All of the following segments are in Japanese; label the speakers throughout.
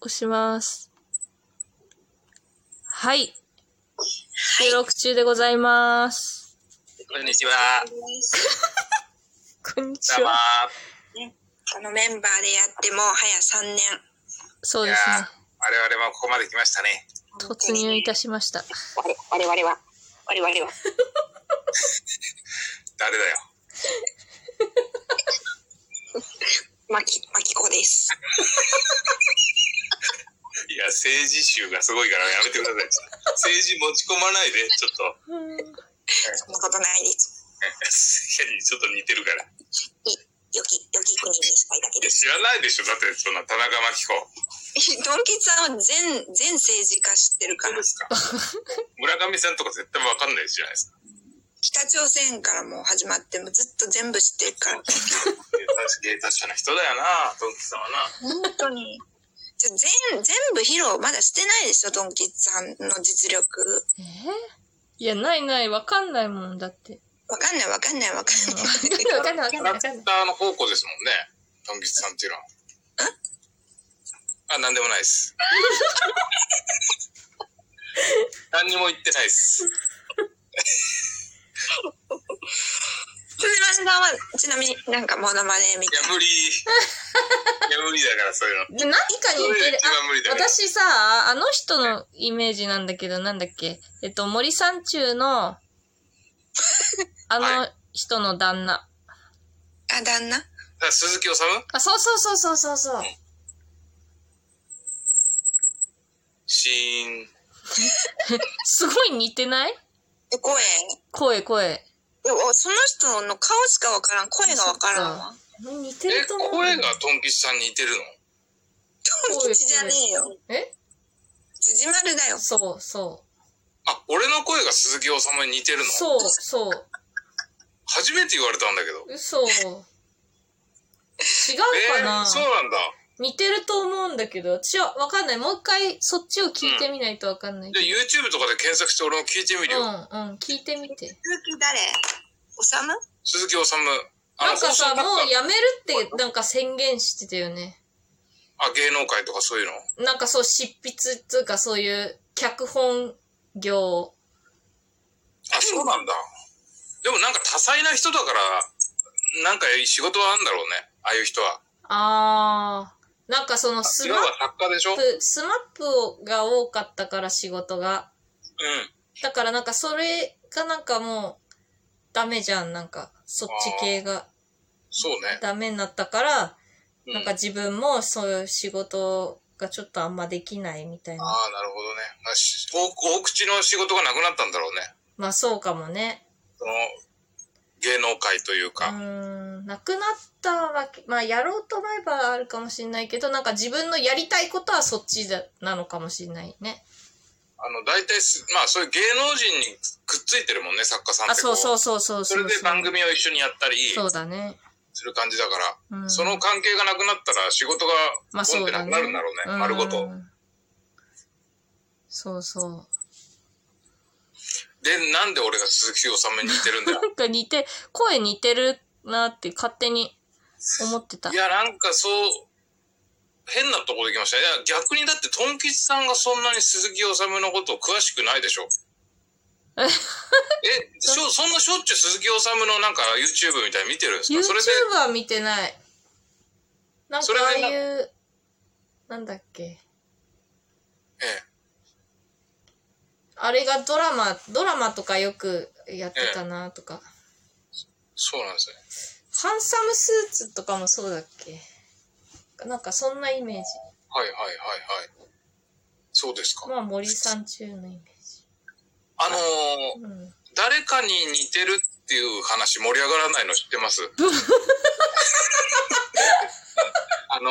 Speaker 1: 押します。はい。収録中でございます。
Speaker 2: こんにちは。
Speaker 1: こんにち
Speaker 2: どうも
Speaker 1: は。
Speaker 3: このメンバーでやってもう早3年。
Speaker 1: そうです
Speaker 2: いや
Speaker 1: ね
Speaker 2: ー。我々もここまで来ましたね。
Speaker 1: 突入いたしました。
Speaker 3: 我我々は、我々は。
Speaker 2: 誰だよ。
Speaker 3: まき、まきこです。
Speaker 2: いや、政治集がすごいからやめてください。政治持ち込まないで、 ちょっと。
Speaker 3: そんなことないです。
Speaker 2: ちょっと似てるから。い
Speaker 3: い、よき、よき国にしたいだけで
Speaker 2: や、
Speaker 3: す。
Speaker 2: 知らないでしょ。だって、そんな田中真紀子。
Speaker 3: ドンキさんは全、全政治家知ってるか
Speaker 2: か
Speaker 3: ら。
Speaker 2: 村上さんとか絶対わかんないじゃないですか。
Speaker 3: 北朝鮮からもう始まって、もうずっと全部知ってるから。
Speaker 2: 芸達者な人だよな、ドンキさんはな。
Speaker 3: 本当に。じゃ全、全部披露、まだしてないでしょ、ドンキさんの実力。
Speaker 1: えーいや、ないない、わかんないもんだって。
Speaker 3: わかんない、わかんない、わかんない。
Speaker 1: わかん ない、わかんない、わ
Speaker 2: キ
Speaker 1: かん
Speaker 2: ャラ
Speaker 1: な
Speaker 2: ク
Speaker 1: い。
Speaker 2: ターの宝庫ですもんね。ドンキさんっていうのは。あ、なんでもない です。何にも言ってないです。
Speaker 3: 藤原さんは、ちなみになんかモノマネみ
Speaker 2: い
Speaker 3: たい
Speaker 2: や、無理。いや、無理だから、そういうの。
Speaker 1: で何かに似てる。
Speaker 2: それが一番無理だ
Speaker 1: あ、
Speaker 2: ね
Speaker 1: 私さ、あの人のイメージなんだけど、なんだっけ。えっと、森三中の、あの人の旦那。
Speaker 3: な。あ、旦那
Speaker 2: あ鈴木治
Speaker 1: あ、そうそうそうそうそうそう。
Speaker 2: シーン。
Speaker 1: すごい似てない
Speaker 3: え声
Speaker 1: 声、声。
Speaker 3: でもその人の顔しかわからん声がわからんわ
Speaker 1: 似て
Speaker 2: え
Speaker 1: ると、思う。
Speaker 2: 声がトンキさんに似てるの
Speaker 1: っか
Speaker 3: トン吉じゃねえよ
Speaker 1: え
Speaker 3: 辻丸だよ
Speaker 1: そう、そう。
Speaker 2: あ、俺の声が鈴木治に似てるの
Speaker 1: そう、そう。
Speaker 2: 初めて言われたんだけど。
Speaker 1: 嘘。違うか
Speaker 2: え
Speaker 1: な、
Speaker 2: ー、そうなんだ。
Speaker 1: 似てると思うんだけど、私はわかんない。もう一回そっちを聞いてみないとわかんない
Speaker 2: じゃあ YouTube とかで検索して俺も聞いてみる
Speaker 1: う
Speaker 2: よ。
Speaker 1: ん、うん、聞いてみて。
Speaker 3: 鈴木誰おさむ
Speaker 2: 鈴木治。あの
Speaker 1: なんかさ、
Speaker 2: 放送
Speaker 1: も
Speaker 2: 作
Speaker 1: う
Speaker 2: 家
Speaker 1: やめるってなんか宣言してたよね。
Speaker 2: あ、芸能界とかそういうの
Speaker 1: なんかそう、執筆っていうかそういう脚本業。
Speaker 2: あ、そうなんだ。でもなんか多彩な人だから、なんか仕事はあるんだろうね。ああいう人は。
Speaker 1: あー。なんかそのス
Speaker 2: 要
Speaker 1: マッ
Speaker 2: は作家でしょうん。
Speaker 1: プ、スマップが多かったから仕事が。だからなんかそれがなんかもうダメじゃん。なんかそっち系が
Speaker 2: そうね。
Speaker 1: ダメになったから、
Speaker 2: う
Speaker 1: なんか自分もそういう仕事がちょっとあんまできないみたいな。
Speaker 2: ああ、なるほどね。まあ、し大大口の仕事がなくなったんだろうね。
Speaker 1: まあそうかもね。
Speaker 2: その、芸能界という
Speaker 1: う
Speaker 2: か。
Speaker 1: ーん。なくなったわけ、まあやろうと思えばあるかもしれないけど、なんか自分のやりたいことはそっちだなのかもしれないね。
Speaker 2: あの、大体す、まあ、そういう芸能人にくっついてるもんね、作家さん
Speaker 1: あ、
Speaker 2: ってこ。
Speaker 1: そううそううそうそう
Speaker 2: そうれで番組を一緒にやったり
Speaker 1: そうだね。
Speaker 2: する感じだから、
Speaker 1: うん、
Speaker 2: その関係がなくなったら仕事が
Speaker 1: まあ
Speaker 2: ボン
Speaker 1: そ
Speaker 2: っ
Speaker 1: う
Speaker 2: て
Speaker 1: だ
Speaker 2: な
Speaker 1: ね。
Speaker 2: くなるんだろうね、
Speaker 1: ん
Speaker 2: 丸ごと。。
Speaker 1: そうそう。
Speaker 2: で、なんで俺が鈴木治に似てるんだよ。
Speaker 1: なんか似て、声似てるなって勝手に思ってた
Speaker 2: い。や、なんかそう、変なとこできましたね。いや、逆にだって、トン吉さんがそんなに鈴木治のこと詳しくないでし ょ。
Speaker 1: え
Speaker 2: え、しょそんなしょっちゅう鈴木治のなんか YouTube みたいに見てるんですか
Speaker 1: YouTube
Speaker 2: それで、
Speaker 1: は見てない。なんか
Speaker 2: それで
Speaker 1: あ
Speaker 2: な
Speaker 1: あいう、なんだっけ。
Speaker 2: ええ
Speaker 1: あれがドラマ、ドラマとかよくやってたなとか。
Speaker 2: そうなんですね。
Speaker 1: ハンサムスーツとかもそうだっけ。なんかそんなイメージ。
Speaker 2: はいはいはいはい。そうですか。
Speaker 1: まあ森さん中のイメージ。
Speaker 2: あのー、
Speaker 1: うん。
Speaker 2: 誰かに似てるっていう話盛り上がらないの知ってます あの、大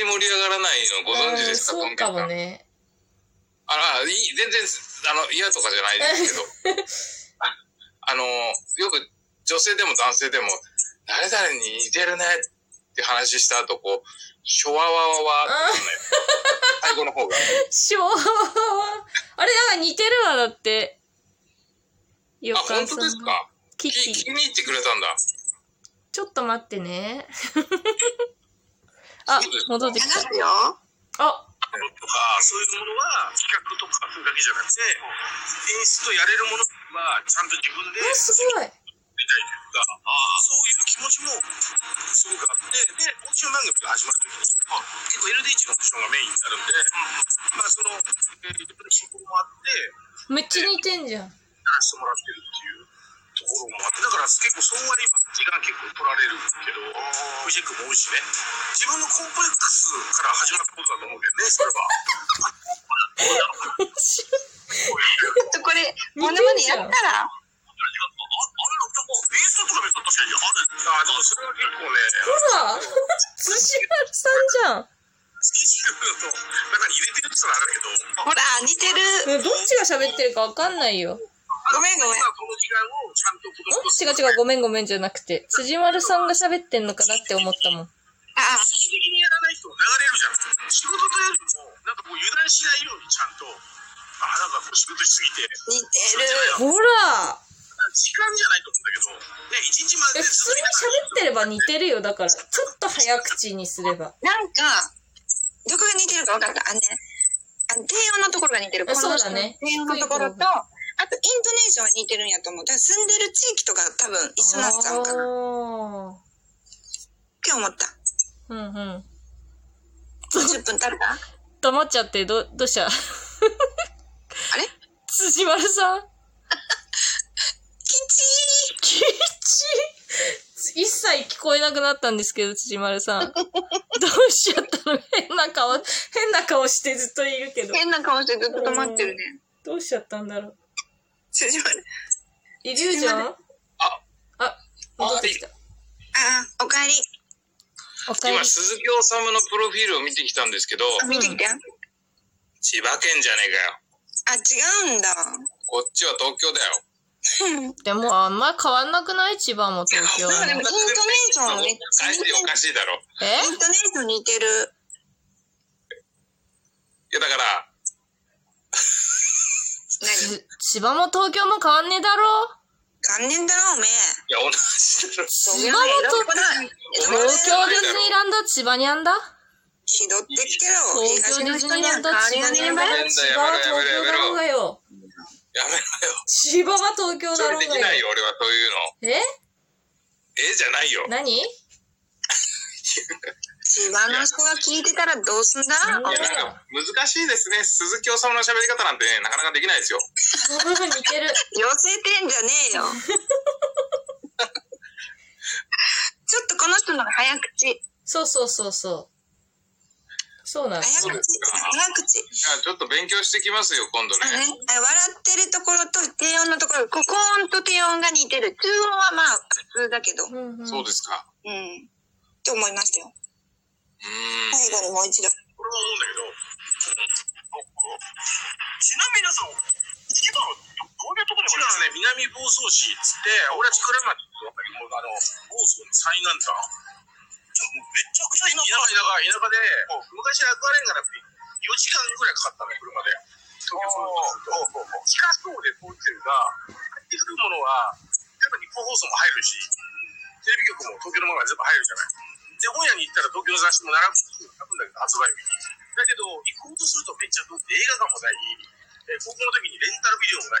Speaker 2: 概盛り上がらないのご存知ですか、
Speaker 1: うんそうかも
Speaker 2: トンケンさん
Speaker 1: ね。
Speaker 2: あら、いい、全然、あの、嫌とかじゃないですけど。 ああの、よく女性でも男性でも、誰々に似てるねって話した後、こう、ショワワワワって、ね、最後の方が。
Speaker 1: 昭和は、あれなんか似てるわ、だって。よ
Speaker 2: あ、本当ですか
Speaker 1: キ
Speaker 2: き
Speaker 1: キ。
Speaker 2: 気に入ってくれたんだ。
Speaker 1: ちょっと待 ってね。あ
Speaker 2: そうです、か
Speaker 1: 戻って
Speaker 3: 流
Speaker 1: きた。
Speaker 3: すよ
Speaker 1: あ、
Speaker 2: え
Speaker 4: そういうものは企画とかするだけじゃなくて、演出とやれるものはちゃんと自分で
Speaker 1: え、
Speaker 4: やりたい
Speaker 1: すごい。
Speaker 4: というか、そういう気持ちもすごくあって、で、オーディション番組が始まるときに、結構 LDH のオーディションがメインになるんで、まあその、えー、自分の進行もあって、
Speaker 1: めっちゃ似てんじゃん。
Speaker 4: やらせてもらってるっていうところもあって、だから結構そんなに今、時間結構取られるけど、プロジェクトも多いしね、自分のコンプレックスから始まったことだと思うけどね、それは。
Speaker 3: ちょっとこれ、モノマネやったら、
Speaker 4: ああれだ、もう、インスタとか見ると確かに、あれ、あ、でもそれは結構ね、あの、
Speaker 1: ほら辻丸
Speaker 4: ス
Speaker 1: さんじゃん。
Speaker 4: ケジュールの中に入れてるってのはあるけど、ま
Speaker 3: ほら、似て
Speaker 1: ね
Speaker 3: る。
Speaker 1: どっちが喋ってるかわかんないよ。
Speaker 3: ごめんごめん。
Speaker 4: あ、この時間をちゃんと子供と
Speaker 1: 違う違う、ごめんごめんじゃなくて、辻丸さんが喋ってんのかなって思ったもん。
Speaker 3: あ、
Speaker 4: 意識的にやらないと流れるじゃん。仕事とやるのも、なんかもう油断しないようにちゃんと、あ、なんかこう仕事しすぎて、
Speaker 1: ほ
Speaker 3: 似て
Speaker 1: ら
Speaker 4: 時間じゃないと思うんだけど、ね、一日ま
Speaker 1: え
Speaker 4: で
Speaker 1: 普通に喋ってれば似てるよ、だから。ちょっと早口にすれば。
Speaker 3: る。なんか、どこが似てるかわかるか。あのね、あの低音のところが似てる。
Speaker 1: あそうだね
Speaker 3: この低音のところと、あと、イントネーションは似てるんやと思う。だから住んでる地域とか多分一緒なんちゃうかな。っ
Speaker 1: あ
Speaker 3: て思った。
Speaker 1: ーうんうん。
Speaker 3: 10分経った あ
Speaker 1: 黙っちゃって、ど、どうした
Speaker 3: れ
Speaker 1: 辻丸さん
Speaker 3: キチ
Speaker 1: キッチ一切聞こえなくなったんですけど、辻丸さん。どうしちゃったの変な顔、変な顔してずっといるけど
Speaker 3: ー。変な顔してずっと待ってるね。
Speaker 1: どうしちゃったんだろう。
Speaker 3: 辻丸。
Speaker 1: いるじゃん
Speaker 2: あ、
Speaker 1: あ、戻ってきた。
Speaker 3: ああ、おかえり。
Speaker 1: おかえり
Speaker 2: 今、。鈴木治のプロフィールを見てきたんですけど、
Speaker 3: あ、見てきて。あ、違
Speaker 2: 千葉県じゃねえかよ。
Speaker 3: うんだ。
Speaker 2: こっちは東京だよ。
Speaker 1: でも、あんま変わんなくない千葉も東京も。
Speaker 3: でもイントネーションめっちゃ
Speaker 2: 大
Speaker 3: 似て
Speaker 2: 体
Speaker 3: る
Speaker 2: お。かしいだろ。
Speaker 1: え
Speaker 3: イントネーション似てる。
Speaker 2: いや、だから、
Speaker 3: 何
Speaker 1: つ千葉も東京も変わんねえだろ
Speaker 3: 残念だな、おめえ。
Speaker 2: いや、同じだろ。
Speaker 1: 千葉も
Speaker 3: そ
Speaker 1: 東京
Speaker 3: うだ
Speaker 1: デ
Speaker 3: ね
Speaker 1: ィズニーランド、千葉にゃんだ
Speaker 3: 拾ってきてろ。
Speaker 1: 東京ディズニーランド、千葉にゃんだ
Speaker 2: 変だよ
Speaker 1: 千葉は東京だろうがよ。
Speaker 2: やめろよ。
Speaker 1: 千葉は東京
Speaker 2: そ
Speaker 1: だ
Speaker 2: れ
Speaker 1: ろ
Speaker 2: で
Speaker 1: う
Speaker 2: き
Speaker 1: が
Speaker 2: ない
Speaker 1: よ。
Speaker 2: よ、俺はそう
Speaker 1: え
Speaker 2: いうの。えじゃないよ。
Speaker 1: 何
Speaker 3: 千葉の人が聞いてたらどうすんだ
Speaker 1: そんない
Speaker 2: や、なんか、難しいですね。鈴木治の喋り方なんてね、なかなかできないですよ。
Speaker 1: 似てる。
Speaker 3: 寄せてんじゃねえ よ。ちょっとこの人の方が早口。
Speaker 1: そうそうそうそう。そうなんです
Speaker 3: 早
Speaker 1: よ。
Speaker 3: 口。早口。
Speaker 2: じゃあ、ちょっと勉強してきますよ、今度
Speaker 3: あね、あ
Speaker 2: ね。
Speaker 3: 笑ってるところと低音のところ、ここ音と低音が似てる。中音はまあ普通だけど。うん。っ
Speaker 1: うんうん
Speaker 2: そうですか。
Speaker 3: て思いましたよ。
Speaker 2: うーん。
Speaker 3: 最後にもう一度。
Speaker 4: これは思うんだけど、うんちなみに皆さん、千葉のどういうところでですね、南房総市っつって、俺は桜町のあの、房総の最南端。めちゃくちゃ田舎、田舎、田舎で、昔アクアレンガだって4時間ぐらいかかったの、車で。東京から近そうで通ってるが、入ってくるものは、やっぱ日本放送も入るし、テレビ局も東京のものが全部入るじゃない。で、本屋に行ったら東京の雑誌も並ぶんだけど、発売日に。だけど、行こうとするとめっちゃ遠くて映画館もない、えー高校の時にレンタルビデオもない。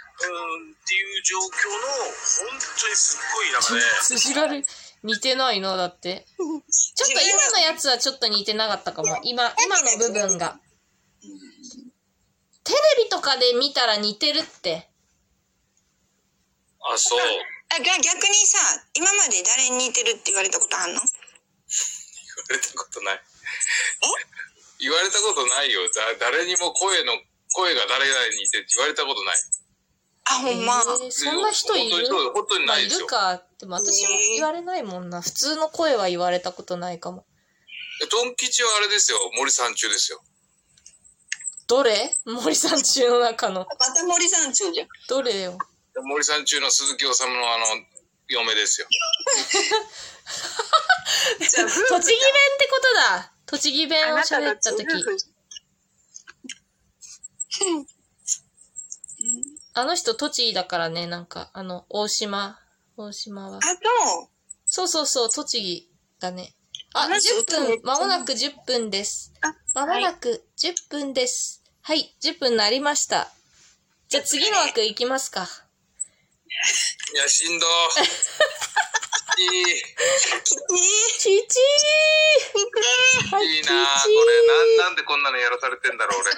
Speaker 4: うーんっていう状況の、本当にすっごい中で、
Speaker 1: 辻丸、似てないのだって。ちょっと今のやつはちょっと似てなかったかも。今、今の部分が。テレビとかで見たら似てるって。
Speaker 2: あ、そう。
Speaker 3: あじゃあ逆にさ、今まで誰に似てるって言われたことあんの
Speaker 2: 言われたことない。言われたことないよ。だ誰にも声の、声が誰々に似てって言われたことない。
Speaker 3: あ、ほんま。
Speaker 1: えーそんな人い
Speaker 2: 本当に
Speaker 1: る
Speaker 2: そう本当に
Speaker 1: まあ、
Speaker 2: ない
Speaker 1: い
Speaker 2: です
Speaker 1: る
Speaker 2: よ。
Speaker 1: か。でも私も言われないもんな。普通の声は言われたことないかも。
Speaker 2: ドン吉はあれですよ。森三中ですよ。
Speaker 1: どれ森さん中の中の。
Speaker 3: また森さん中じゃん。
Speaker 1: どれよ。
Speaker 2: 森三中の鈴木治のあの、嫁ですよ。
Speaker 3: じゃあ、
Speaker 1: 栃木弁
Speaker 3: 夫
Speaker 1: ってことだ。栃木弁を喋った時。あの人栃木だからね、なんか、あの、大島。大島は
Speaker 3: あ。と、
Speaker 1: そうそうそう、栃木だね。あ、
Speaker 3: 話
Speaker 1: 10
Speaker 3: 音めっ
Speaker 1: 分
Speaker 3: ち、ゃ
Speaker 1: まもなく10分です。
Speaker 3: あ、
Speaker 1: まもなく10分です。はい、10分なりました。じゃあ次の枠いきますか。
Speaker 2: いや、しんど ー。いい、い
Speaker 1: ちちー
Speaker 2: いなー。これ、なん、なんでこんなのやらされてんだろう、俺。